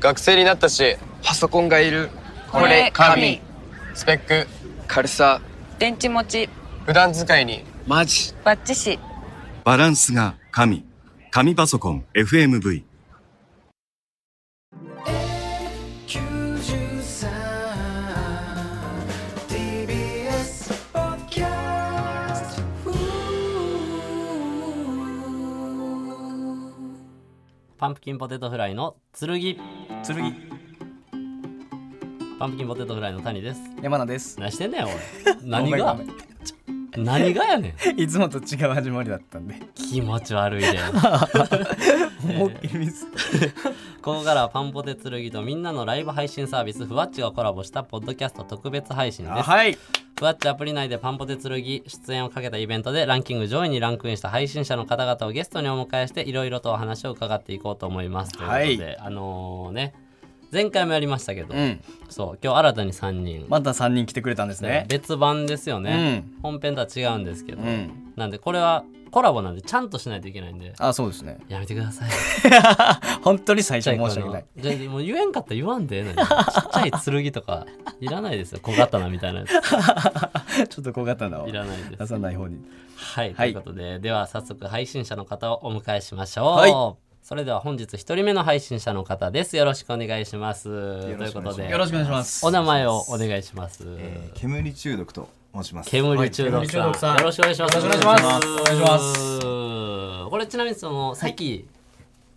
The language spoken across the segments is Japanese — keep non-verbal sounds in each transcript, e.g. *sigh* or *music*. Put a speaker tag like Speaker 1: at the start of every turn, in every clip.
Speaker 1: 学生になったし
Speaker 2: パソコンがいる
Speaker 3: これ紙
Speaker 1: スペック
Speaker 2: 軽さ
Speaker 3: 電池持ち
Speaker 1: 普段使いに
Speaker 2: マジ
Speaker 3: バッチシ
Speaker 4: バランスが神。神パソコン FMV。
Speaker 5: パンプキンポテトフライの剣
Speaker 6: 剣
Speaker 5: パンプキンポテトフライの谷です
Speaker 6: 山名です
Speaker 5: 何してんねんおい
Speaker 6: *laughs*
Speaker 5: 何
Speaker 6: ご
Speaker 5: が
Speaker 6: めんご
Speaker 5: 何がやねん
Speaker 6: めんいつもと違う始まりだったんで
Speaker 5: 気持ち
Speaker 6: *laughs*
Speaker 5: 悪いで
Speaker 6: 思いっきりミス
Speaker 5: ここからはパンポテ剣とみんなのライブ配信サービスふわっちがコラボしたポッドキャスト特別配信です
Speaker 6: はい
Speaker 5: ふわっちアプリ内でパンポテ剣出演をかけたイベントでランキング上位にランクインした配信者の方々をゲストにお迎えしていろいろとお話を伺っていこうと思いますということで、あのーね前回もやりましたけど、
Speaker 6: うん
Speaker 5: そう今日新たに3人
Speaker 6: また3人来てくれたんですね
Speaker 5: 別版ですよね、本編とは違うんですけど、なんでこれはコラボなんでちゃんとしないといけないんで
Speaker 6: あそうですね
Speaker 5: やめてください
Speaker 6: 本当に最
Speaker 5: ちっ
Speaker 6: 初
Speaker 5: ちゃ
Speaker 6: *laughs* 申し
Speaker 5: い子
Speaker 6: 訳
Speaker 5: の
Speaker 6: ない
Speaker 5: じゃあもう言えんかったら言わんでええのにちっちゃい剣とかいらないですよ小刀みたいなやつ
Speaker 6: ちょっと小刀を
Speaker 5: いらないです
Speaker 6: 出 *laughs* さない方に
Speaker 5: はい、
Speaker 6: はい
Speaker 5: ということででは早速配信者の方をお迎えしましょう、
Speaker 6: はい
Speaker 5: それでは本日1人目の配信者の方ですよろしくお願いしますということで
Speaker 6: よろしくお願いします
Speaker 5: お名前をお願いします、
Speaker 7: えー煙中毒と申します。
Speaker 5: 煙中毒さん,、よろしくお願いします。よろしくお願いします。これちなみにその、さっき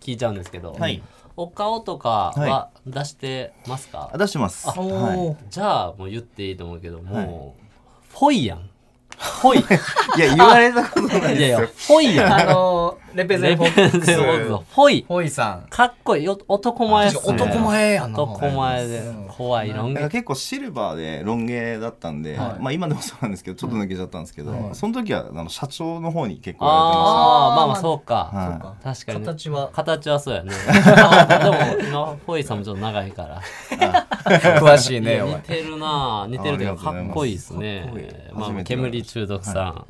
Speaker 5: 聞いちゃうんですけど、
Speaker 7: はい
Speaker 5: お顔とかは出してますか、
Speaker 7: あ出してます。は
Speaker 5: じゃあもう言っていいと思うけどもう、フォイやん。フォイ。
Speaker 7: い。 *laughs* いや言われたことな
Speaker 5: *laughs* いや
Speaker 7: い
Speaker 5: い
Speaker 7: です
Speaker 5: や、
Speaker 7: よ。
Speaker 5: フォイやん。
Speaker 6: あのーレペゼンフォックス
Speaker 5: レベル4のフォイ。
Speaker 6: ホイさん
Speaker 5: かっこいいよ。男前っすね。
Speaker 6: 男前やな
Speaker 5: 男前で、怖いロン
Speaker 7: なん
Speaker 5: 毛
Speaker 7: か。結構シルバーでロン毛だったんで、まあ今でもそうなんですけどちょっと抜けちゃったんですけど、その時はあの社長の方に結構言わ
Speaker 5: ああ、まあまあそうか
Speaker 7: は。
Speaker 5: 確かにね。
Speaker 2: 形
Speaker 6: *laughs*
Speaker 2: は
Speaker 5: 形はそうや
Speaker 7: *laughs*
Speaker 5: ね。あでも今、フォイさんもちょっと長いから。
Speaker 6: 詳しい
Speaker 5: い
Speaker 6: ね
Speaker 5: や
Speaker 6: お
Speaker 5: 似
Speaker 6: 前
Speaker 5: てるなあ似てるというか
Speaker 7: ああり
Speaker 5: かっ
Speaker 7: がとうございます
Speaker 5: こいいですね
Speaker 7: かっこいい
Speaker 5: まあ
Speaker 7: 初めてなんで
Speaker 5: 煙中毒さん、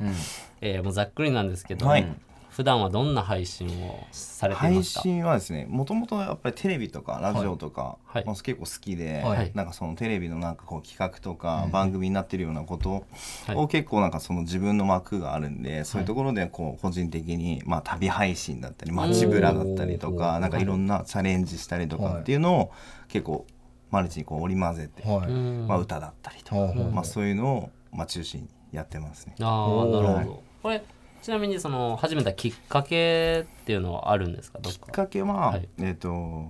Speaker 5: えーもうざっくりなんですけど、
Speaker 7: はい
Speaker 5: 普段はどんな配信をさ
Speaker 7: れ
Speaker 5: れ
Speaker 7: て
Speaker 5: てい
Speaker 7: ま
Speaker 5: ま
Speaker 7: し
Speaker 5: す
Speaker 7: た。
Speaker 5: か
Speaker 7: 配信はですね、もともとやっぱりテレビとかラジオとか、
Speaker 5: はい
Speaker 7: もう結構好きで、
Speaker 5: はい
Speaker 7: なんかそのテレビのなんかこう企画とか番組になってるようなこと
Speaker 5: はい
Speaker 7: を結構なんかその自分の枠があるんで、そういうところでこう個人的にまあ旅配信だったり街ブラだったりと
Speaker 5: おー
Speaker 7: かなんかいろんなチャレンジしたりとかっていうのを結構マルチにこう織り交ぜて、
Speaker 5: う
Speaker 6: は
Speaker 5: ん
Speaker 7: まあ、
Speaker 5: あ
Speaker 7: 歌だったりと
Speaker 6: は
Speaker 7: か
Speaker 6: いはい、
Speaker 7: まあ、そういうのをまあ中心にやってますね。
Speaker 5: あーなるほどこれちなみにその始めたきっかけっていうのはあるんですかどっ
Speaker 7: きっ
Speaker 5: か
Speaker 7: かけは、
Speaker 5: はい
Speaker 7: えっ、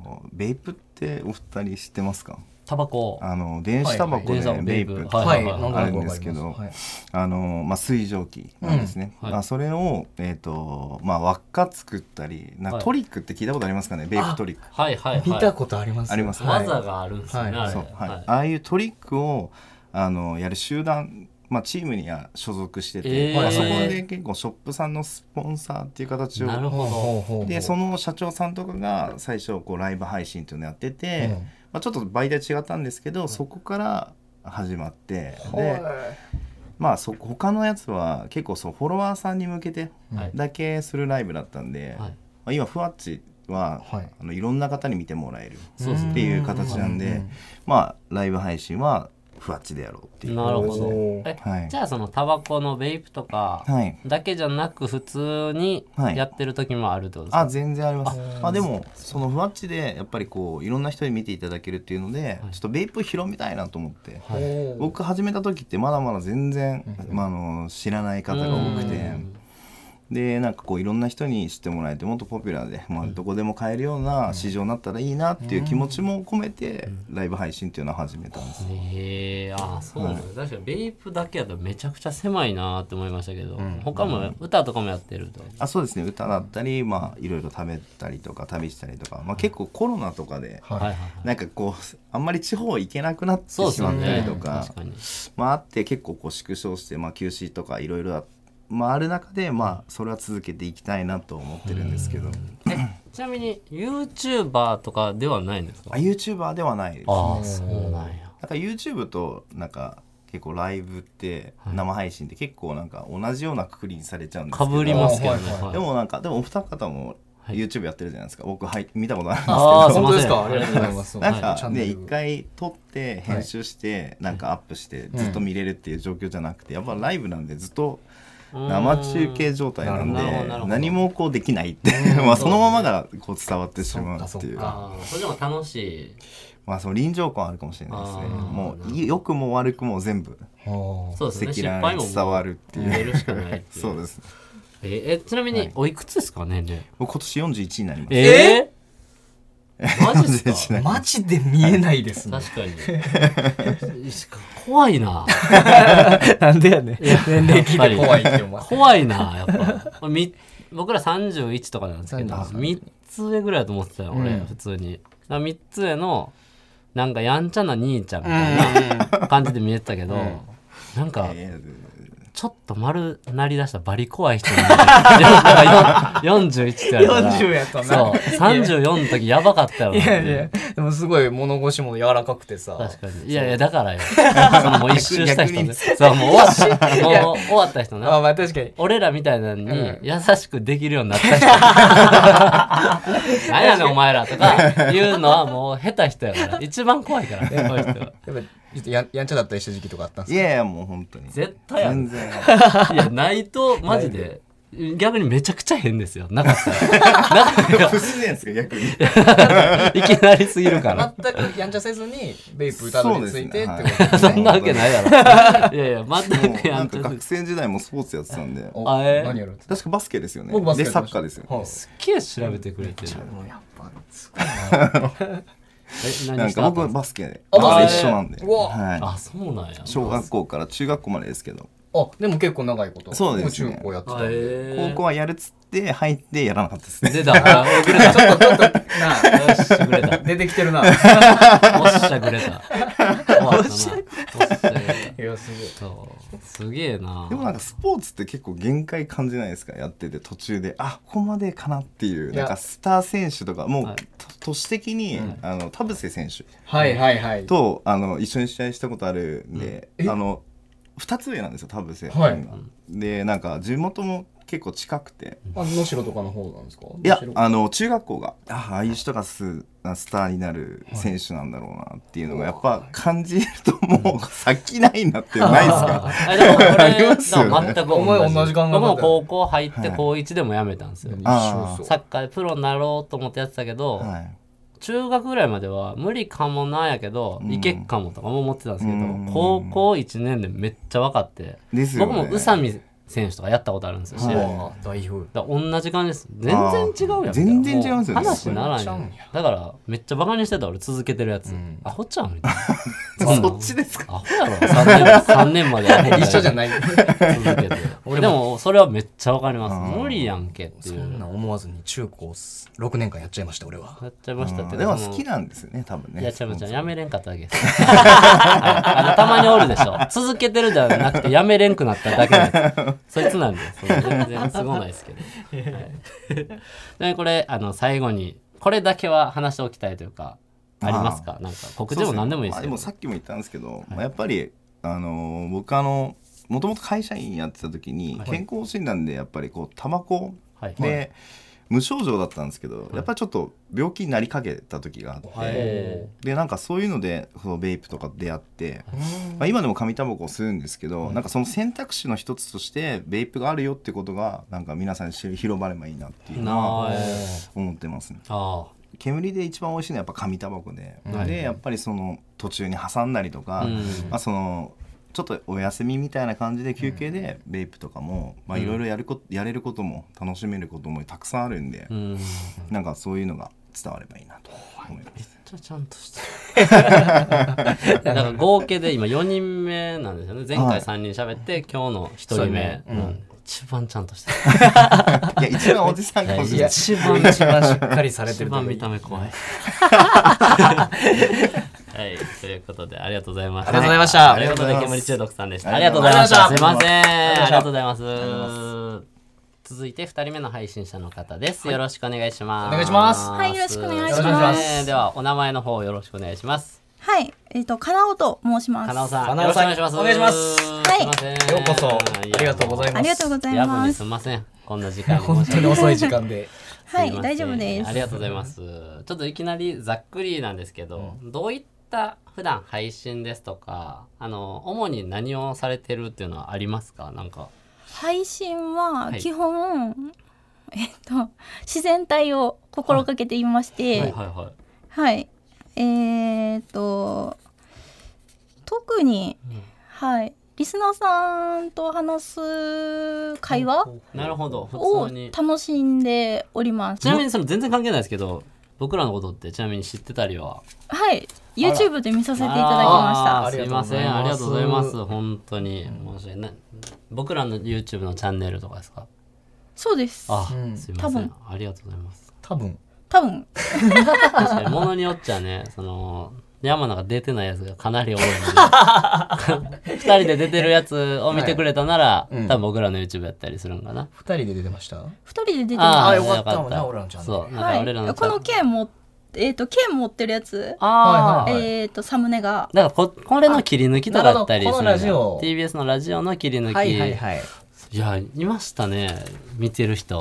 Speaker 7: とベイプってお二人知ってますか
Speaker 5: タバコ
Speaker 7: あの電子タバコ
Speaker 5: はい
Speaker 7: で
Speaker 5: はい
Speaker 7: ベイプ
Speaker 5: はいはい
Speaker 6: なんとなく
Speaker 7: あるんですけど、
Speaker 6: わかります
Speaker 7: あのまあ、水蒸気なんですね、
Speaker 5: うんはい
Speaker 7: まあ、それを、えーとまあ、輪っか作ったりなんか
Speaker 5: はい
Speaker 7: トリックって聞いたことありますかねベイプトリック
Speaker 5: はいはいはい
Speaker 2: 見たことあります
Speaker 7: あります
Speaker 5: 技があるんですね、
Speaker 2: はい
Speaker 5: あれ
Speaker 7: そうはい
Speaker 5: はい
Speaker 7: ああいうトリックをあのやる集団、まあ、チームには所属してて、
Speaker 5: えー
Speaker 7: まあ、そこで結構ショップさんのスポンサーっていう形を
Speaker 5: なるほど
Speaker 7: でその社長さんとかが最初こうライブ配信っていうのやってて、
Speaker 2: うん
Speaker 7: まあ、ちょっと媒体違ったんですけど、そこから始まって、でまあそ他のやつは結構そうフォロワーさんに向けて
Speaker 5: はい
Speaker 7: だけするライブだったん
Speaker 5: は
Speaker 7: で、
Speaker 5: い
Speaker 7: まあ、今ふわっちは、
Speaker 2: はい
Speaker 7: あのいろんな方に見てもらえる
Speaker 5: そうですね
Speaker 7: っていう形なんで、まあライブ配信はふわっちでやろうっていう。
Speaker 5: なるほどえ、
Speaker 7: はい
Speaker 5: じゃあそのタバコのベイプとか
Speaker 7: はい
Speaker 5: だけじゃなく普通に
Speaker 7: はい
Speaker 5: やってる時もあるってことですか、
Speaker 7: あ全然ありますまあでもそのふわっちでやっぱりこういろんな人に見ていただけるっていうので、ちょっとベイプを広めたいなと思って、僕始めた時ってまだまだ全然、まあ、あの知らない方が多くて。でなんかこういろんな人に知ってもらえてもっとポピュラーで、まあ、どこでも買えるような市場になったらいいなっていう気持ちも込めてライブ配信っていうのを始めたんです、
Speaker 5: へえあそうなんだ、確かにベイプだけやとめちゃくちゃ狭いなって思いましたけど、他も歌とかもやってると、
Speaker 7: あそうですね歌だったり、まあ、いろいろ食べたりとか旅したりとか、まあ、結構コロナとかで、
Speaker 5: はいはいはい
Speaker 7: なんかこうあんまり地方行けなくなってし
Speaker 5: そうですよ
Speaker 7: まったり
Speaker 5: ね
Speaker 7: とか、
Speaker 5: 確かに
Speaker 7: まあ、あって結構こう縮小して、まあ、休止とかいろいろあまあ、ある中で、まあ、それは続けていきたいなと思ってるんですけど、
Speaker 5: ちなみに YouTuber とかではないんですか
Speaker 7: あ YouTuber ではないですね
Speaker 5: ああそうなんや
Speaker 7: なんか YouTube となんか結構ライブって生配信って結構なんか同じようなくくりにされちゃうんです
Speaker 5: か
Speaker 7: けど
Speaker 5: ぶりますけどね、
Speaker 2: はい
Speaker 5: はい
Speaker 7: でもなんかでもお二方も
Speaker 5: い
Speaker 7: YouTube やってるじゃないですか僕はい見たことあるんですけど
Speaker 6: ああ、
Speaker 5: すい
Speaker 6: 本
Speaker 5: ま
Speaker 6: 当
Speaker 5: せん
Speaker 6: ですか。ありがとうございます。
Speaker 7: なん
Speaker 6: チャ
Speaker 7: か
Speaker 6: ンネ
Speaker 7: ね
Speaker 6: ル
Speaker 7: 一回撮って編集してなんかアップしてずっと見れるっていう状況じゃなくてやっぱライブなんでずっと生中継状態なん
Speaker 5: なるほどなる
Speaker 7: で
Speaker 5: ほど
Speaker 7: 何もこうできないって *laughs* まあそのままがこう伝わってしまうっていう
Speaker 5: ああそれでも楽しい
Speaker 7: まあその臨場感あるかもしれないですね
Speaker 5: あー
Speaker 7: もう良くも悪くも全部
Speaker 6: は
Speaker 5: そうです
Speaker 7: 赤
Speaker 5: ね失
Speaker 7: 裸
Speaker 5: 敗
Speaker 7: 々
Speaker 5: も
Speaker 7: に伝わるってい
Speaker 5: もう寝
Speaker 7: う
Speaker 5: るしかないってい
Speaker 7: *laughs* そうです
Speaker 5: えーえちなみにおいくつですかねね
Speaker 7: 僕今年41になります
Speaker 5: えー、マジですか
Speaker 6: あマジで見えないですね。
Speaker 5: 確かに *laughs* しか怖いな
Speaker 6: *laughs* なんでやねん。年齢聞いて怖いって思う。
Speaker 5: 怖いなやっぱみ僕ら31とかなんですけど
Speaker 6: 31
Speaker 5: 3つ上ぐらいだと思ってたよ俺、
Speaker 6: うん
Speaker 5: 普通に3つ上のなんかやんちゃな兄ちゃんみたいな感じで見えてたけど、なんか
Speaker 7: え
Speaker 5: ちょっと丸なりだしたらバリ怖い人に見え
Speaker 6: *laughs*
Speaker 5: た41って言われたら
Speaker 6: 40やとな
Speaker 5: そう34の時やばかったよ
Speaker 6: いやいや、でもすごい物腰も柔らかくてさ。
Speaker 5: 確かにいやいやだからよそのもう一周した人ねそうもう終
Speaker 6: *laughs*
Speaker 5: わったもう終わった人ね
Speaker 6: あまあ確かに。
Speaker 5: 俺らみたいなのに優しくできるようにな
Speaker 7: *laughs*
Speaker 5: った人、何やねんお前らとか言うのはもう下手人やから一番怖いからねこういう人は
Speaker 6: やっぱちょっとやんやんちゃだったりした時期とかあったん
Speaker 7: ー
Speaker 6: す
Speaker 7: いやいやもう本当に
Speaker 5: 絶対やん
Speaker 7: 全然 *laughs*
Speaker 5: いやないとマジで逆にめちゃくちゃ変ですよなかったらなかったら
Speaker 7: 不自然ですか逆に
Speaker 5: いきなりすぎるから
Speaker 7: *laughs*
Speaker 6: か全くやんちゃせずに、ベイプ歌どりついてってことですね
Speaker 7: そうですねはい
Speaker 5: そんなわけないやろいやいや
Speaker 6: *laughs*
Speaker 5: 全
Speaker 7: も
Speaker 5: く
Speaker 7: う
Speaker 5: や
Speaker 7: なんん
Speaker 5: ち
Speaker 7: か
Speaker 5: ゃ
Speaker 7: 学生時代もスポーツやってたんで
Speaker 6: お
Speaker 5: あえ
Speaker 6: 何やろうって
Speaker 7: 確かバスケですよね
Speaker 6: 僕バスケ
Speaker 7: で
Speaker 6: やって
Speaker 7: サ
Speaker 6: ま
Speaker 7: ッ
Speaker 6: した
Speaker 7: カーですよね
Speaker 6: はい
Speaker 5: すっげえ調べてくれてる
Speaker 6: もうやっぱす
Speaker 5: *laughs* え
Speaker 7: な
Speaker 5: 何
Speaker 7: ん
Speaker 5: した
Speaker 7: か僕
Speaker 5: 後
Speaker 7: はバスケで
Speaker 6: あ
Speaker 7: まあ
Speaker 6: バ
Speaker 7: 一
Speaker 6: スケ
Speaker 7: 緒なんで、
Speaker 6: うわ
Speaker 5: あ
Speaker 7: は
Speaker 5: そうなんや
Speaker 7: い、小学校から中学校までですけど
Speaker 6: ごいあ、でも結構長いこと。
Speaker 7: そうですね
Speaker 6: も中高やってた
Speaker 5: あ。え
Speaker 7: 高
Speaker 5: ー
Speaker 7: 校はやるっつって入ってやらなかったですね
Speaker 5: 出たあ遅れた
Speaker 6: ちょっと、ちょっと、なあ、
Speaker 5: よしぐれた。
Speaker 6: *laughs* 出てきてるな。
Speaker 5: おっしゃぐれた。おっしゃぐれ
Speaker 6: いや、すごい。
Speaker 5: た。そう。すげえな
Speaker 7: で。もなんかスポーツって結構限界感じないですかやってて途中であここまでかなっていう
Speaker 6: いや
Speaker 7: なんかスター選手とかもう、
Speaker 5: はい
Speaker 7: と都市的に、あの田臥選手
Speaker 6: はいはいはい。
Speaker 7: とあの一緒に試合したことあるんで、
Speaker 6: うんえ
Speaker 7: あの2つ上なんですよ田臥君が、
Speaker 6: はい
Speaker 7: でなんか地元も結構近くて
Speaker 6: あ、能代とかの方なんですか
Speaker 7: いや
Speaker 6: 能代
Speaker 7: あの中学校があああいう人がススターになる選手なんだろうなっていうのがやっぱ感じるともう *laughs* 先ないなってないです
Speaker 5: あ
Speaker 7: か
Speaker 5: でも俺
Speaker 7: ありますよね
Speaker 5: だから全く
Speaker 6: お前同じ考え方
Speaker 5: 僕も高校入って高1でも辞めたんですよ。
Speaker 7: あ
Speaker 6: *laughs* 一緒そう
Speaker 5: サッカーでプロになろうと思ってやってたけど、
Speaker 7: はい
Speaker 5: 中学ぐらいまでは無理かもなんやけど、
Speaker 7: うん
Speaker 5: いけっかもとかも思ってたんですけど、
Speaker 7: うん
Speaker 5: 高校1年でめっちゃ分かって、
Speaker 7: ですよ
Speaker 5: 僕
Speaker 7: ね
Speaker 5: も宇佐美選手とかやったことあるんですよ、試合
Speaker 6: あ
Speaker 7: は
Speaker 6: 代表。
Speaker 5: だから同じ感じです全然違うやん
Speaker 7: あー全然違うんです
Speaker 5: も
Speaker 7: よね
Speaker 5: 話にならん
Speaker 6: そ
Speaker 5: よ
Speaker 6: うなっちゃ
Speaker 5: だからめっちゃバカにしてた俺続けてるやつ、
Speaker 6: ん
Speaker 5: アホちゃんみたい
Speaker 6: *laughs*
Speaker 5: な *laughs*
Speaker 7: そっちですか
Speaker 5: アホやろ3年三年までアホ
Speaker 6: 一緒じゃない。
Speaker 5: 続けてでもそれはめっちゃわかります無理やんけって
Speaker 6: そ
Speaker 5: い
Speaker 6: ん
Speaker 5: う
Speaker 6: なん思わずに中高6年間やっちゃいました、俺は。
Speaker 5: やっちゃいましたって
Speaker 7: でも
Speaker 5: その
Speaker 7: 好きなんですよね多分ね
Speaker 5: いやちゃうちゃうやめれんかっただけですあのたまにおるでし
Speaker 7: *laughs*
Speaker 5: ょ続けてるじゃなくてやめれんくなっただけのやつそ
Speaker 7: *laughs*
Speaker 5: いつなんでその全然すごないですけど、はい、でこれあの最後にこれだけは話しておきたいというかありますかなんか告知でも何でもいいです
Speaker 7: そうねまあ
Speaker 5: けど
Speaker 7: もさっきも言ったんですけど、まあやっぱりあのー僕あのもともと会社員やってた時に
Speaker 5: はい
Speaker 7: 健康診断でやっぱりこうタバコ
Speaker 5: はい
Speaker 7: で、無症状だったんですけど、やっぱりちょっと病気になりかけた時があって、
Speaker 5: はい
Speaker 7: でなんかそういうのでそのベイプとか出会って、まあ、今でも紙タバコを吸うんですけど、なんかその選択肢の一つとしてベイプがあるよってことがなんか皆さんに知広まればいいなっていうのは
Speaker 5: な
Speaker 7: 思ってますね。
Speaker 5: あ
Speaker 7: 煙で一番美味しいのはやっぱ紙タバコで、
Speaker 5: はい
Speaker 7: でやっぱりその途中に挟んだりとか、
Speaker 5: うん
Speaker 7: まあ、そのちょっとお休みみたいな感じで休憩でベイプとかもまあいろいろやるこやれることも楽しめることもたくさんあるんで
Speaker 5: ーう、んめっ
Speaker 7: なんかそういうのが伝わればいいなと思います。
Speaker 5: ちゃちゃんとしてるだから合計で今4人目なんですよね前
Speaker 7: は
Speaker 5: 回
Speaker 7: い
Speaker 5: 3人喋って、今日の1人目、うん一番ちゃんとしてる
Speaker 7: いや一番おじさんかもしれない。
Speaker 5: 一番
Speaker 6: 一番しっかりされて
Speaker 5: 一
Speaker 6: る
Speaker 5: 番見た目 *laughs* 怖い。はい、ということでありがとうございました。
Speaker 6: ありがとうございました
Speaker 5: ということで煙中毒さんでした。あ
Speaker 7: あ
Speaker 5: りが
Speaker 7: りが
Speaker 5: と
Speaker 7: と
Speaker 5: う
Speaker 7: う
Speaker 5: ご
Speaker 7: ご
Speaker 5: ざ
Speaker 7: ざ
Speaker 5: い
Speaker 7: い
Speaker 5: ま
Speaker 7: ま
Speaker 5: し。
Speaker 7: したた
Speaker 5: すいません。あ
Speaker 7: あ
Speaker 5: り
Speaker 7: り
Speaker 5: が
Speaker 7: が
Speaker 5: とう
Speaker 7: と
Speaker 5: ご
Speaker 7: うご
Speaker 5: ざ
Speaker 7: ざ
Speaker 5: い
Speaker 7: い
Speaker 5: ま
Speaker 7: ます
Speaker 5: す。続いて二人目の配信者の方です。よろしくお願いします。
Speaker 6: お願いします
Speaker 8: はいよろしくお願いします
Speaker 5: とうことでではお名前の方よろしくお願いします。
Speaker 8: はい、えっ、と、かなおと申します。
Speaker 5: 花尾さん、
Speaker 6: 花尾さん
Speaker 5: よろしくお
Speaker 6: お願い
Speaker 5: 願いし
Speaker 6: し
Speaker 5: ま。
Speaker 6: ますす
Speaker 8: はい
Speaker 5: す
Speaker 6: ようこそ、
Speaker 5: ません
Speaker 6: ありがとうございます。
Speaker 8: ありがとうござい
Speaker 5: 夜分
Speaker 8: ま
Speaker 5: に
Speaker 8: す
Speaker 5: す。みません。こんな時間に申し
Speaker 6: 本
Speaker 5: 訳ない
Speaker 6: 当に遅い時間で。
Speaker 8: はい
Speaker 5: すません
Speaker 8: 大丈夫です
Speaker 5: ありがとうございます。ちょっといきなりざっくりなんですけど、どういった普段配信ですとか、あの主に何をされてるっていうのはありますか？なんか
Speaker 8: 配信は
Speaker 5: はい
Speaker 8: 基本、えっと自然体を心がけていまして、
Speaker 5: はいはいはい。
Speaker 8: はい。えーっと、特に、はい。リスナーさんと話す会話
Speaker 5: なるほど。
Speaker 8: を
Speaker 5: 普通に。
Speaker 8: 楽しんでおりま
Speaker 5: ち
Speaker 8: す。
Speaker 5: なみにその全然関係ないですけど、僕らのことってちなみに知ってたりは。
Speaker 8: はい。YouTube で見させていただきま
Speaker 5: あーすいません、あ
Speaker 6: あ
Speaker 5: り
Speaker 6: り
Speaker 5: が
Speaker 6: がと
Speaker 5: とう
Speaker 6: うご
Speaker 5: ござ
Speaker 6: ざ
Speaker 5: い
Speaker 6: い
Speaker 5: ま
Speaker 6: ます
Speaker 5: す。本当に申し訳ない。僕らの YouTube のチャンネルとかですか？
Speaker 8: した。そうです。
Speaker 5: あ、
Speaker 6: うん
Speaker 5: すいませ
Speaker 8: 多
Speaker 5: ん
Speaker 8: 分。
Speaker 5: ありがとうございます。
Speaker 6: 多分
Speaker 8: 多分、
Speaker 5: 確かに物によっちゃね、その。山名が出てないやつがかなり多いの
Speaker 6: *laughs*
Speaker 5: で二人で出てるやつを見てくれたなら、
Speaker 6: うん
Speaker 5: 多分僕らの YouTube やったりするんかな。
Speaker 6: 二人で出てました
Speaker 8: 二人で出て
Speaker 5: あ
Speaker 8: ま
Speaker 5: あ
Speaker 6: あ
Speaker 5: よ
Speaker 6: よ
Speaker 5: か
Speaker 6: か
Speaker 5: っ
Speaker 6: ったたもんな俺らのチャンネル
Speaker 5: そう、
Speaker 8: す。
Speaker 5: なんか
Speaker 8: は
Speaker 5: 俺らのチ
Speaker 8: い。
Speaker 5: ャ
Speaker 8: こ
Speaker 5: ン
Speaker 8: の剣持って、えーっと、剣持ってるやつ、
Speaker 5: ああ、
Speaker 6: はいはい
Speaker 8: えーっと、サムネが、
Speaker 5: だからここれの切り抜きとかだったりするんだ
Speaker 6: なるほどこのラジオ
Speaker 5: TBS のラジオの切り抜き、
Speaker 6: はい
Speaker 5: い
Speaker 6: はいはい
Speaker 5: やいましたね見てる人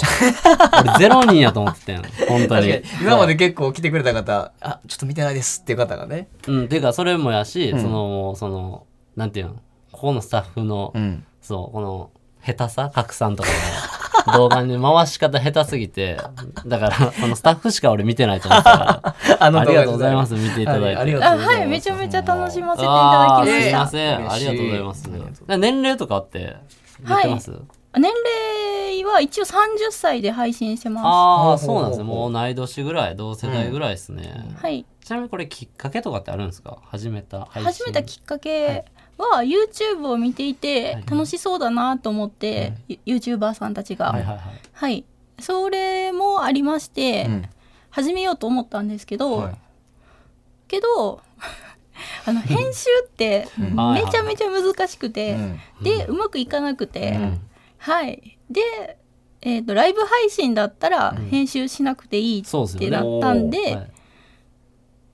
Speaker 5: 俺ゼロ人やと思ってたよ本
Speaker 6: 確
Speaker 5: 当
Speaker 6: か
Speaker 5: に
Speaker 6: に今まで結構来てくれた方あちょっと見てないですっていう方がね
Speaker 5: うんていうかそれもやし、そのもうそのなんていうのここのスタッフの、
Speaker 6: ん
Speaker 5: そうこの下手さ拡散とかの動画に回し方下手すぎて *laughs* だからそのスタッフしか俺見てないと思ってたか
Speaker 6: *laughs*
Speaker 5: ら
Speaker 6: *laughs* あ
Speaker 5: ありがとうございます見ていただいて
Speaker 6: はありがと
Speaker 8: あ
Speaker 6: うございます
Speaker 8: はい、めちゃめちゃ楽しませてい
Speaker 5: あ
Speaker 8: ただきま
Speaker 5: ーす
Speaker 8: し
Speaker 5: いま
Speaker 8: た。
Speaker 5: せん
Speaker 6: 嬉しい
Speaker 5: ありがとうございます年齢とかって言ってます、
Speaker 8: 年齢は一応30歳で配信してま
Speaker 5: ああ
Speaker 6: ほう
Speaker 5: そ
Speaker 6: ほ
Speaker 5: う
Speaker 6: う
Speaker 5: な
Speaker 6: ほうほう
Speaker 5: んですねもう同い年ぐらい同世代ぐらいですね、
Speaker 8: す。はい。
Speaker 5: ちなみにこれきっかけとかってあるんですか始めた配信
Speaker 8: 始めたきっかけは YouTube を見ていて
Speaker 5: はい
Speaker 8: 楽しそうだなと思って、ユ YouTuber さんたちが、は
Speaker 5: はい
Speaker 8: い
Speaker 5: はいはい
Speaker 8: それもありまして、
Speaker 6: うん
Speaker 8: 始めようと思ったんですけど、
Speaker 6: はい
Speaker 8: けど *laughs* あの編集って
Speaker 6: ん
Speaker 8: めちゃめちゃ難しくて、
Speaker 6: うん
Speaker 8: でうまくいかなくて、
Speaker 5: うん
Speaker 8: はいで、えー、とライブ配信だったら編集しなくていい
Speaker 5: そうです
Speaker 8: っ
Speaker 5: よね
Speaker 8: てなったんで,、
Speaker 5: はい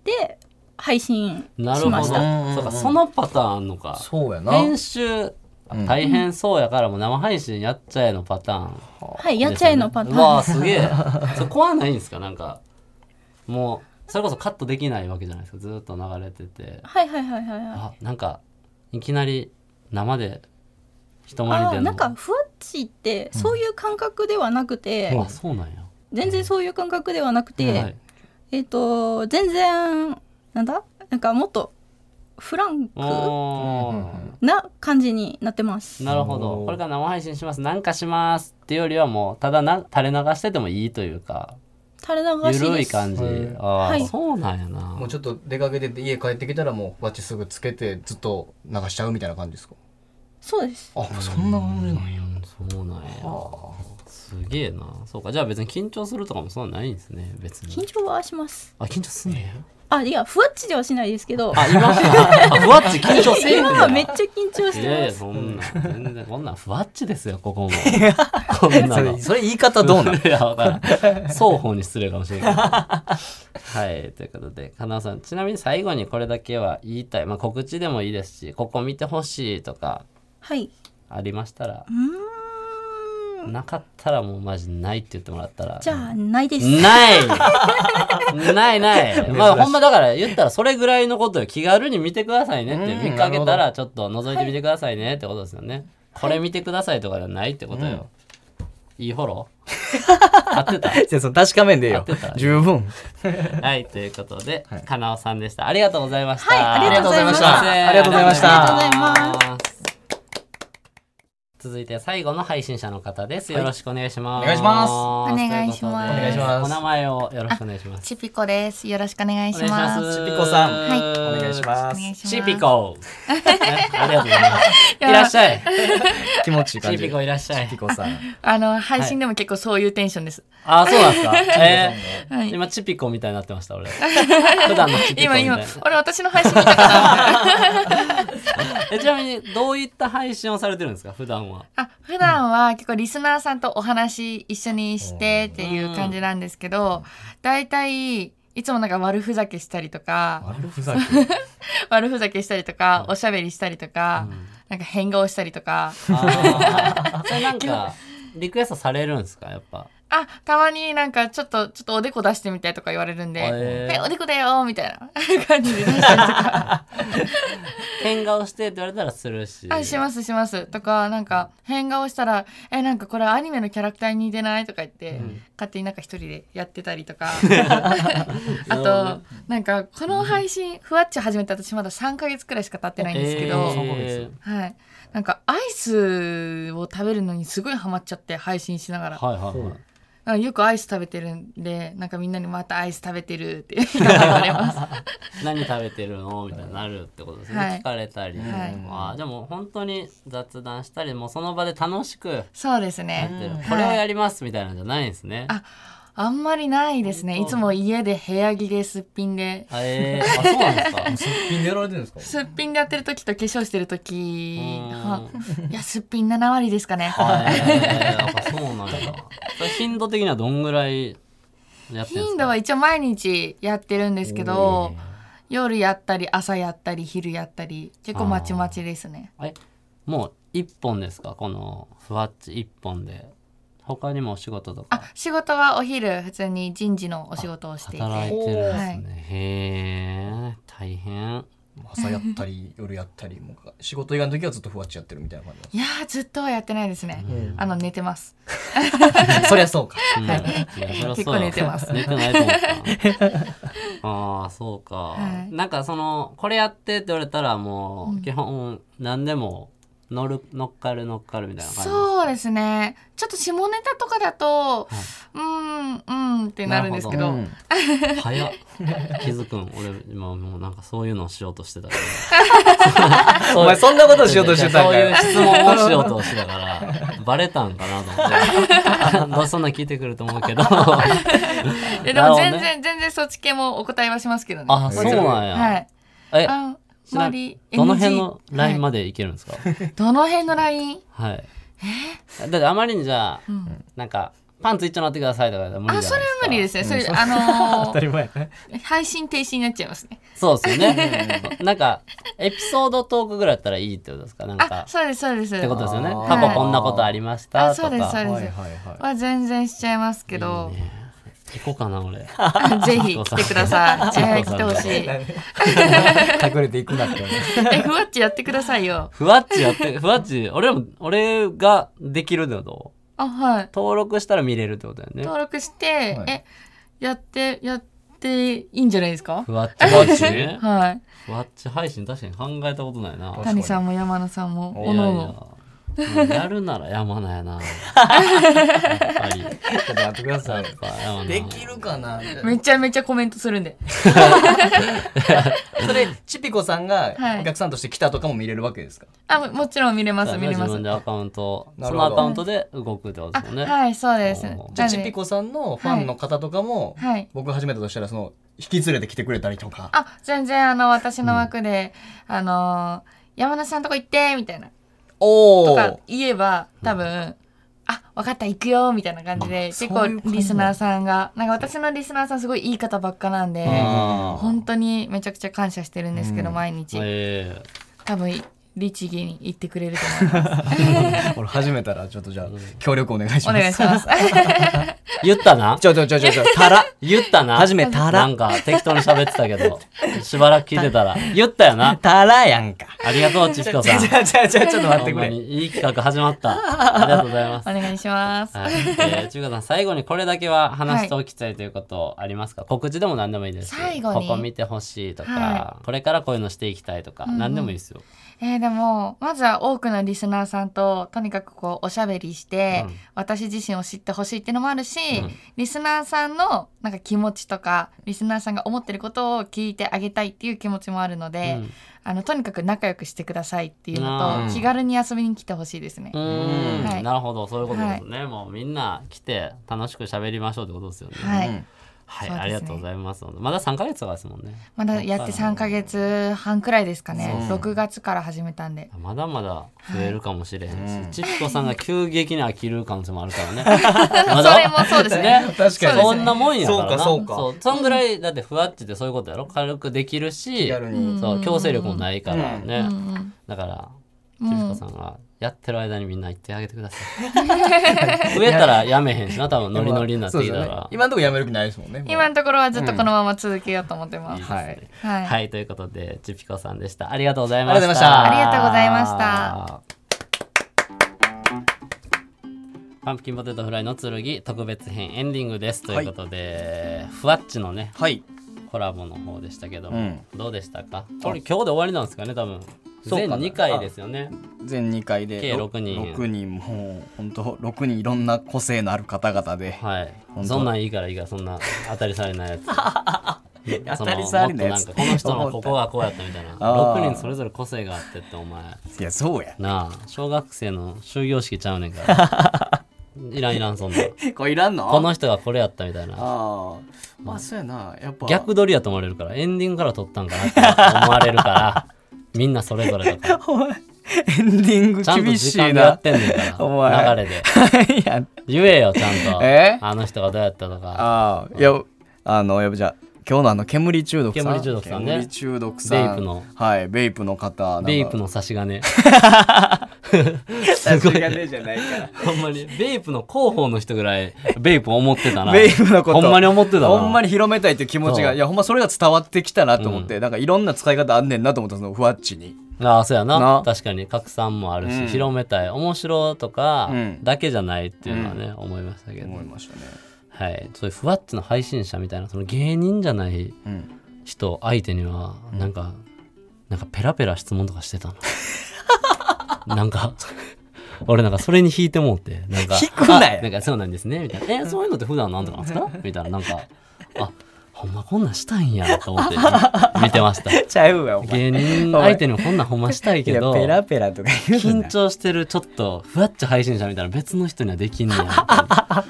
Speaker 8: で配信
Speaker 5: なる
Speaker 8: し
Speaker 5: ほ
Speaker 8: ま
Speaker 5: ど
Speaker 8: し
Speaker 5: そう
Speaker 8: た。
Speaker 5: かそのパターンあんのか
Speaker 6: そうやな
Speaker 5: 編集
Speaker 6: うん
Speaker 5: 大変そうやからもう生配信やっちゃえのパターン
Speaker 8: はい、やっちゃえのパターン
Speaker 5: うわあすげえそれ怖ないんですかなんかもうそれこそカットできないわけじゃないですかずーっと流れてて
Speaker 8: はいはいはいはいはい。
Speaker 5: あなんかいきなり生で人前に
Speaker 8: あ
Speaker 5: 出
Speaker 8: ー
Speaker 5: るの
Speaker 8: なんかふわっちってそういう感覚ではなくて、
Speaker 5: あそうなんや、
Speaker 8: 全然そういう感覚ではなくて、
Speaker 5: はい、
Speaker 8: えっ、と全然なんだなんかもっとフランク
Speaker 5: お
Speaker 6: うんうん
Speaker 5: ー
Speaker 8: な感じになってます。
Speaker 5: なるほどこれから生配信しますなんかしますっていうよりはもうただな垂れ流しててもいいというか
Speaker 8: 垂れ流しです。
Speaker 5: 緩い感じ、
Speaker 6: はい
Speaker 5: ああ、
Speaker 8: はい
Speaker 5: そうなんやな
Speaker 6: もうちょっと出かけてて家帰ってきたらもうバッチすぐつけてずっと流しちゃうみたいな感じですか
Speaker 8: そうです。
Speaker 6: あそんな感じなんや
Speaker 5: そうなんやすげえなそうかじゃあ別に緊張するとかもそんなないんですね別
Speaker 8: 緊
Speaker 5: に
Speaker 8: 張はします。
Speaker 5: あ緊張すんねや
Speaker 8: あいやふわっちではしないですけど、
Speaker 5: *laughs* あ今あふわっち緊張せえへん
Speaker 8: 今
Speaker 5: ねや
Speaker 8: はめっちゃ緊張し
Speaker 5: い
Speaker 8: て
Speaker 5: やい
Speaker 8: ま
Speaker 5: や
Speaker 8: す。
Speaker 5: そんな全然こんなんふわっちですよこ
Speaker 8: *laughs*
Speaker 5: こもこんなの
Speaker 6: それ言い方どうなの
Speaker 5: *laughs* いやわからん双方に失礼かもしれないはいということで加納さんちなみに最後にこれだけは言いたい、まあ、告知でもいいですしここ見てほしいとか
Speaker 8: はい。
Speaker 5: ありましたら
Speaker 8: うーん。
Speaker 5: なかったらもうマジないって言ってもらったら
Speaker 8: じゃあないです。
Speaker 6: *laughs*
Speaker 5: ないないない。まあほんまだから言ったらそれぐらいのことよ。気軽に見てくださいねっ
Speaker 6: うん
Speaker 5: て見かけた
Speaker 6: なる
Speaker 5: らちょっと覗いてみてくださいねってことですよね。これ見てくださいとかじゃないってことよ。いいフォロー合ってた
Speaker 6: じゃあその確かめんでええ
Speaker 5: 合ってた
Speaker 6: 十分
Speaker 5: はい、ということで、かなおさんでした。ありがとうございました。
Speaker 8: はいありがとうございました
Speaker 6: ありがとうございました
Speaker 8: ありがとうござい
Speaker 5: ます。続いて最後の配信者の方です。よろしくお願いします。
Speaker 6: お願いします
Speaker 5: お
Speaker 9: 願いします
Speaker 5: とうこと
Speaker 6: お
Speaker 5: で
Speaker 6: 願いします
Speaker 5: お名前をよろしくお願いします。
Speaker 9: ちぴこです。よろしくお願いします。
Speaker 5: お願いします
Speaker 6: ピコさん
Speaker 9: はい
Speaker 5: お願いし
Speaker 9: お
Speaker 6: ま
Speaker 9: 願いします。
Speaker 5: チピ。 *laughs* コ。ねありがとうございます。いらっしゃい。
Speaker 6: 気持ちいい感
Speaker 5: チ
Speaker 6: じ
Speaker 5: ピコいらっしゃい
Speaker 6: ピ。コさん
Speaker 9: あの配信でも結構そういうテンションです。
Speaker 5: あ、そうなんですか。えー
Speaker 9: はい
Speaker 5: 今チピコみたいになってました *laughs* 俺。普段のチピコみ
Speaker 9: 今
Speaker 5: たいな。、
Speaker 9: 今俺私の配信見たか
Speaker 5: *laughs*
Speaker 9: な。
Speaker 5: えちなみにどういった配信をされてるんですか普段は。
Speaker 9: あ、普段は結構リスナーさんとお話一緒にしてっていう感じなんですけど、だいたいいつもなんか悪ふざけしたりとか、
Speaker 6: 悪ふざけ
Speaker 9: 悪ふざけしたりとか、おしゃべりしたりとか、なんか変顔したりとか、
Speaker 5: *laughs* あーそれなんかリクエストされるんですかやっぱ。
Speaker 9: あ、たまになんかちょっと、ちょっとおでこ出してみたいとか言われるんで、
Speaker 5: へー
Speaker 9: はい、おでこだよみたいな *laughs* 感じで出したりとか、
Speaker 5: 変顔してって言われたらするし。
Speaker 9: あ、しますします。とか、なんか変顔したら、え、なんかこれアニメのキャラクターに似てないとか言って、勝手になんか一人でやってたり
Speaker 5: *laughs*
Speaker 9: とか。 *laughs* あと、なんかこの配信、ふわっち始めて私まだ3ヶ月くらいしか経ってないんですけど、
Speaker 5: えー
Speaker 9: はい。なんかアイスを食べるのにすごいハマっちゃって配信しながら。
Speaker 5: はいはいはい。
Speaker 9: なんかよくアイス食べてるんで、なんかみんなにまたアイス食べてるって
Speaker 5: *laughs*
Speaker 9: 言われます。
Speaker 5: 何食べてるのみたいになるってことですね、
Speaker 9: はい
Speaker 5: 聞かれたり、
Speaker 9: はい
Speaker 5: あーでも本当に雑談したりもうその場で楽しくや
Speaker 9: そうです
Speaker 5: って
Speaker 9: ね。
Speaker 5: るこれをやりますみたいなんじゃないんですね、
Speaker 9: ああんまりないですね。いつも家で部屋着ですっぴんで。
Speaker 5: あえー、あそうなんですか
Speaker 6: すっぴんでやられてるん *laughs* ですか
Speaker 9: すっぴんでやってる時と化粧してる時
Speaker 5: うん
Speaker 9: はいやすっぴん7割ですかね。
Speaker 5: えー、やっぱそうなんだそれ頻度的にはどんぐらいやってるんですか
Speaker 9: 頻度は一応毎日やってるんですけど、夜やったり朝やったり昼やったり結構まちまちですね。
Speaker 5: えもう一本ですかこのふわっち一本で他にもお仕事とか
Speaker 9: あ仕事はお昼普通に人事のお仕事をしていて
Speaker 5: 働いてるんですね、
Speaker 9: はい
Speaker 5: へえ大変
Speaker 6: 朝やったり夜やったりもう仕事以外の時はずっとふわっちやってるみたいな感じ
Speaker 9: いやーずっとはやってないですね、あの寝てます
Speaker 6: なんです *laughs* そりゃそうか
Speaker 5: うんいやそりゃそう
Speaker 9: 結構寝てます
Speaker 5: 寝てないと思
Speaker 9: *laughs*
Speaker 5: った。ああ、そうか、
Speaker 9: はい
Speaker 5: なんかその、これやってって言われたらもう、基本、何でも乗る、乗っかる乗っかるみたいな感じ。
Speaker 9: そうですねちょっと下ネタとかだと、うーんうんってなるんですけど
Speaker 5: な早っ。気づくん。俺、今もうなんかそういうのをしようとしてたか
Speaker 6: *laughs*
Speaker 5: ら。
Speaker 6: お前そんなことしようとしてたん
Speaker 5: そう
Speaker 6: か
Speaker 5: いう
Speaker 6: よ
Speaker 5: 質問をしようとしてたから、バレたんかなと思って *laughs* まあ。そんなん聞いてくると思う
Speaker 9: *laughs*
Speaker 5: けど。
Speaker 9: えで
Speaker 5: な
Speaker 9: も
Speaker 5: るほど
Speaker 9: 全然、
Speaker 5: ね
Speaker 9: 全然そっち系もお答えはしますけどね
Speaker 5: *laughs* あ、そうなんや。
Speaker 9: はい
Speaker 5: え、
Speaker 9: あん
Speaker 5: ちな
Speaker 9: ま
Speaker 5: み
Speaker 9: り
Speaker 5: にどの辺の
Speaker 9: NG
Speaker 5: ライン
Speaker 9: は
Speaker 5: までいけるんですか、
Speaker 9: いどの辺のライン
Speaker 5: はい。だってあまりにじゃあ、なんか、パンツ一丁なってくださいとかだったら無理
Speaker 9: あ
Speaker 5: じゃ
Speaker 9: そ
Speaker 5: な
Speaker 9: れ
Speaker 5: いで
Speaker 9: は
Speaker 5: すか。
Speaker 9: 無理ですねそれ、あのー
Speaker 6: り前やね
Speaker 9: 配信停止になっちゃいますね
Speaker 5: そうですよ
Speaker 9: *laughs*
Speaker 5: ね。なんか、エピソードトークぐらいだったらいいってことですか *laughs* なん
Speaker 9: あ
Speaker 5: か、
Speaker 9: そうですそうです
Speaker 5: ってことですよね
Speaker 6: あ。ー
Speaker 5: 過去こんなことありました
Speaker 9: あ
Speaker 5: と
Speaker 9: そ
Speaker 5: か。
Speaker 9: うですそう
Speaker 6: はいはい
Speaker 9: です、
Speaker 6: はい
Speaker 9: は全然しちゃいますけど
Speaker 5: 行こうかな、俺。
Speaker 9: *laughs* ぜひ来てく
Speaker 5: *laughs*
Speaker 9: ださい。ぜひ来てほ
Speaker 6: *laughs*
Speaker 9: しい。
Speaker 6: 隠れていくなって
Speaker 9: え、ふわっちやってくださいよ。
Speaker 5: ふわっちやって、ふわっち、俺も、俺ができるってこと
Speaker 9: あ、はい。
Speaker 5: 登録したら見れるってことだよね。
Speaker 9: 登録して、
Speaker 6: はい
Speaker 9: え、やって、やっていいんじゃないですか
Speaker 5: ふわっち配信ね
Speaker 9: はい。
Speaker 5: ふわっち配信確かに考えたことないな。
Speaker 6: 確かに
Speaker 9: 谷さんも山野さんも、お
Speaker 5: いや
Speaker 9: の
Speaker 5: い
Speaker 9: お
Speaker 5: や
Speaker 9: の。
Speaker 5: もうやるなら山名やな。やっぱり。やっ
Speaker 6: ちょっと待ってください
Speaker 5: ぱ山
Speaker 6: *laughs*
Speaker 5: 名。
Speaker 6: できるかな
Speaker 9: めちゃめちゃコメントするんで。
Speaker 6: それチピコさんが
Speaker 9: はい
Speaker 6: お客さんとして来たとかも見れるわけですか
Speaker 9: あ、ももちろん見れます、
Speaker 5: だ
Speaker 9: 見
Speaker 5: ね
Speaker 9: れ
Speaker 5: 自
Speaker 9: ます
Speaker 5: 分。でアカウント、
Speaker 6: な
Speaker 5: そ
Speaker 6: るほど
Speaker 5: のアカウントで動くってこと
Speaker 9: あ、
Speaker 5: ですもんね。
Speaker 9: はい、そうです。
Speaker 5: おー
Speaker 9: なんで
Speaker 6: じゃあチピコさんのファンの方とかも
Speaker 9: はい。
Speaker 6: 僕が始めたとしたらその引き連れて来てくれたりとか
Speaker 9: あ、全然、あの、私の枠で、あのー、山野さんとこ行って、みたいな。
Speaker 6: お
Speaker 9: とか言えば多分、あ分かった行くよみたいな感じで結構リスナーさんがなんか私のリスナーさんすごいいい方ばっかなんで本当にめちゃくちゃ感謝してるんですけど、毎日
Speaker 5: え
Speaker 9: 多分律儀に行ってくれると思います
Speaker 6: 俺始めたらちょっとじゃあ協力お願いし
Speaker 5: *laughs*
Speaker 9: お願いします
Speaker 5: ー言ったな
Speaker 6: ちょちょちょちょちょたら
Speaker 5: 言ったな
Speaker 6: 初めたら
Speaker 5: なんか適当に喋ってたけど、しばらく聞いてたら、言ったよな。
Speaker 6: たらやんか
Speaker 5: ありがとう、ちひこさん。
Speaker 6: じゃあじゃあじゃあちょっと待って
Speaker 5: ほん
Speaker 6: く
Speaker 5: ま
Speaker 6: れ
Speaker 5: にいい企画始まった。ありがとうございま
Speaker 9: お
Speaker 5: す。
Speaker 9: 願いします、
Speaker 5: はい、えー、ちゅうかさん、最後にこれだけは話しておきたいということありますか、告知でも何でもいいですし。
Speaker 9: 最後に
Speaker 5: ここ見てほしいとか、
Speaker 9: は
Speaker 5: これからこういうのしていきたいとか、何でもいいですよ。
Speaker 9: えーでもまずは多くのリスナーさんととにかくこうおしゃべりして、
Speaker 5: うん
Speaker 9: 私自身を知ってほしいっていうのもあるし、
Speaker 5: うん
Speaker 9: リスナーさんのなんか気持ちとかリスナーさんが思ってることを聞いてあげたいっていう気持ちもあるので、
Speaker 5: うん
Speaker 9: あのとにかく仲良くしてくださいっていうのと、
Speaker 5: うん
Speaker 9: 気軽に遊びに来てほしいですね。
Speaker 5: うーん、
Speaker 9: はい
Speaker 5: なるほどそういうことですね、もうみんな来て楽しく喋りましょうってことですよね
Speaker 9: は
Speaker 5: はい、
Speaker 9: い、そうですね
Speaker 5: ありがとうございますまだ3ヶ月とかですもんね
Speaker 9: まだやって3ヶ月半くらいですかね6月から始めたんで
Speaker 5: まだまだ増えるかもしれへんし、ちっこさんが急激に飽きる可能性もあるからね *laughs*
Speaker 9: *laughs*
Speaker 5: まだ
Speaker 9: それもそうですね
Speaker 6: 確かに
Speaker 5: そんなもんやからな
Speaker 6: そうか
Speaker 5: そ
Speaker 6: そう
Speaker 5: そんぐらいだってふわっちってそういうことやろ軽くできるし
Speaker 6: 気軽に
Speaker 5: そう強制力もないからね、だからキフコさんがやってる間にみんな行ってあげてくださ *laughs* い増えたらやめへんしな多分ノリノリになってき
Speaker 6: そう
Speaker 5: た
Speaker 6: ですよ
Speaker 5: ら
Speaker 6: ね、今のところやめる気ないですもんねもう
Speaker 9: 今のところはずっとこのまま続けようと思ってます。
Speaker 5: はいい
Speaker 9: はい。
Speaker 5: はい、ということで、ちぴこさんでした。ありがとうございました。
Speaker 6: あ
Speaker 9: りがとうございましたありがとうございま
Speaker 5: した。パンプキンポテトフライの剣特別編エンディングですということで、ふわっちのね
Speaker 7: はい
Speaker 5: コラボの方でしたけども、
Speaker 6: うん
Speaker 5: どうでしたかこれ今日で終わりなんですかね多分
Speaker 6: そうか
Speaker 5: 全
Speaker 6: な
Speaker 5: 2回ですよね
Speaker 6: 全2回で
Speaker 5: 計
Speaker 6: ろ
Speaker 5: 6人
Speaker 6: 6人もう本当6人いろんな個性のある方々で、
Speaker 5: はい
Speaker 6: 本当
Speaker 5: そんなんいいからいいからそんな当たり障
Speaker 6: *laughs*
Speaker 5: りないやつ
Speaker 6: 当たり障りないやつ
Speaker 5: そのもっとなんかこの人のここがこうやったみたいな
Speaker 6: *laughs* あー
Speaker 5: 6人それぞれ個性があってってお前
Speaker 6: いやそうや
Speaker 5: なあ小学生の終業式ちゃうねんから
Speaker 6: *laughs*
Speaker 5: いらんいらんそんな
Speaker 6: これいらんの
Speaker 5: この人がこれやったみたいな
Speaker 6: ああまあそうやなやっぱ
Speaker 5: 逆撮りやと思われるからエンディングから撮ったんかなって思われるから
Speaker 6: *laughs*
Speaker 5: みんなそれぞれだから
Speaker 6: エンディング
Speaker 5: ちゃんと
Speaker 6: 厳しい
Speaker 5: 時
Speaker 6: な
Speaker 5: 間でやってんねんか
Speaker 6: お前
Speaker 5: ら流れで
Speaker 6: いや
Speaker 5: 言えよちゃんと
Speaker 6: え
Speaker 5: あの人がどうやったとか
Speaker 6: ああいやあのやっぱじゃあ今日のあの煙中毒さん
Speaker 5: 煙中毒さんね
Speaker 6: 煙中毒さん
Speaker 5: ベイプの
Speaker 6: はいベイプの方なんか
Speaker 5: ベイプの差
Speaker 6: *laughs*
Speaker 5: し金
Speaker 6: 差し金じゃないから
Speaker 5: ほんまにベイプの広報の人ぐらいベイプ思ってた
Speaker 6: *laughs*
Speaker 5: な
Speaker 6: ベイプのこと
Speaker 5: ほんまに思ってたな
Speaker 6: ほんまに広めたいっていう気持ち
Speaker 5: そ
Speaker 6: が
Speaker 5: う
Speaker 6: いやほんまそれが伝わってきたなと思って、なんかいろんな使い方あんねんなと思ったそのふわっちに
Speaker 5: ああそうやな
Speaker 6: な
Speaker 5: 確かに拡散もあるし、
Speaker 6: うん
Speaker 5: 広めたい面白とか
Speaker 6: うん
Speaker 5: だけじゃないっていうのはね、思いましたけど
Speaker 6: 思いましたね
Speaker 5: はいそういうふわっちの配信者みたいなその芸人じゃない
Speaker 6: うん
Speaker 5: 人相手にはなんか、なんかペラペラ質問とかし
Speaker 6: *laughs*
Speaker 5: てたのなんか俺なんかそれに引いてもうてなんか
Speaker 6: 引くなよ
Speaker 5: あなんかそうなんですねみたいなえそういうのって普段なんとかなんですかみたいななんかあほんまこんなんしたいんやと思って見てま
Speaker 6: *laughs*
Speaker 5: した
Speaker 6: ちゃうわお前
Speaker 5: 芸人相手にもこんなんほんましたい
Speaker 6: い
Speaker 5: け
Speaker 6: や
Speaker 5: ど
Speaker 6: ペラペラとか言うな
Speaker 5: 緊張してるちょっとふわっち配信者みたいな別の人にはできんねやみたいな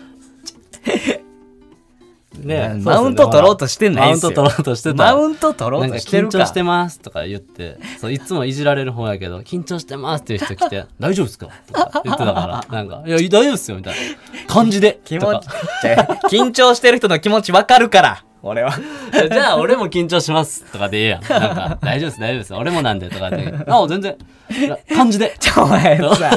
Speaker 5: ねえ
Speaker 6: マウント取ろうとしてないで
Speaker 5: マウン
Speaker 6: す
Speaker 5: ト
Speaker 6: よ
Speaker 5: 取ろうとして
Speaker 6: マ
Speaker 5: た
Speaker 6: ウント取ろ
Speaker 5: な
Speaker 6: うん
Speaker 5: か
Speaker 6: として
Speaker 5: 緊
Speaker 6: るか
Speaker 5: 張してますとか言ってそういつもいじられる方やけど緊張してますっていう人来て「大丈夫ですか?」とか言ってたからなんか「いや大丈夫ですよ」みたいな感じで
Speaker 6: 気
Speaker 5: と
Speaker 6: 持
Speaker 5: か
Speaker 6: ちじゃあ *laughs* 緊張してる人の気持ちわかるから俺は
Speaker 5: えじゃあ俺も緊張しますとかでええやん。なんか大丈夫です大丈夫です俺もなんでとかで。あ全然感じで。
Speaker 6: ちょお前さ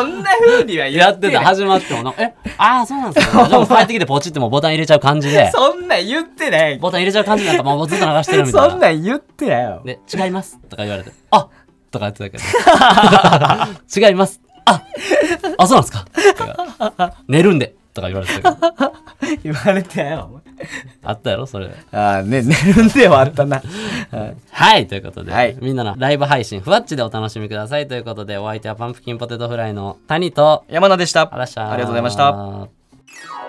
Speaker 6: *laughs* そんな風には
Speaker 5: や
Speaker 6: 言っ
Speaker 5: って
Speaker 6: て
Speaker 5: た
Speaker 6: ない
Speaker 5: 始まってもなえああそうなんです
Speaker 6: *laughs*
Speaker 5: か。でも帰ってきてポチってもうボタン入れちゃう感じで。
Speaker 6: そんなん言ってない
Speaker 5: ボタン入れちゃう感じなんかもうずっと流してるみたいな。
Speaker 6: *laughs* そんなん言ってないよ
Speaker 5: で違いますとか言われてあとか言ってたけど *laughs* 違いますああそうなんですかとか寝るんでとか言われてたけど
Speaker 6: 言われてないよ
Speaker 5: あったやろそれ。
Speaker 6: ああね寝るんではあったなはい
Speaker 5: はい、ということで、
Speaker 6: はい
Speaker 5: みんなのライブ配信、ふわっちでお楽しみくださいということで、お相手はパンプキンポテトフライの谷と、
Speaker 6: *laughs* 山名でした
Speaker 5: あらっしゃー
Speaker 6: ありがとうございました。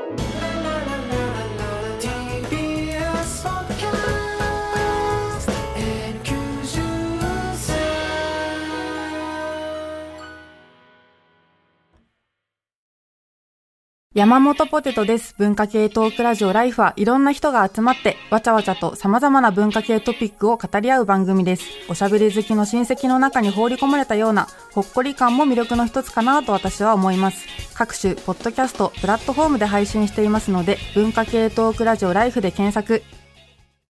Speaker 10: 山本ポテトです。文化系トークラジオライフはいろんな人が集まって、わちゃわちゃと様々な文化系トピックを語り合う番組です。おしゃべり好きの親戚の中に放り込まれたような、ほっこり感も魅力の一つかなと私は思います。各種、ポッドキャスト、プラットフォームで配信していますので、文化系トークラジオライフで検索、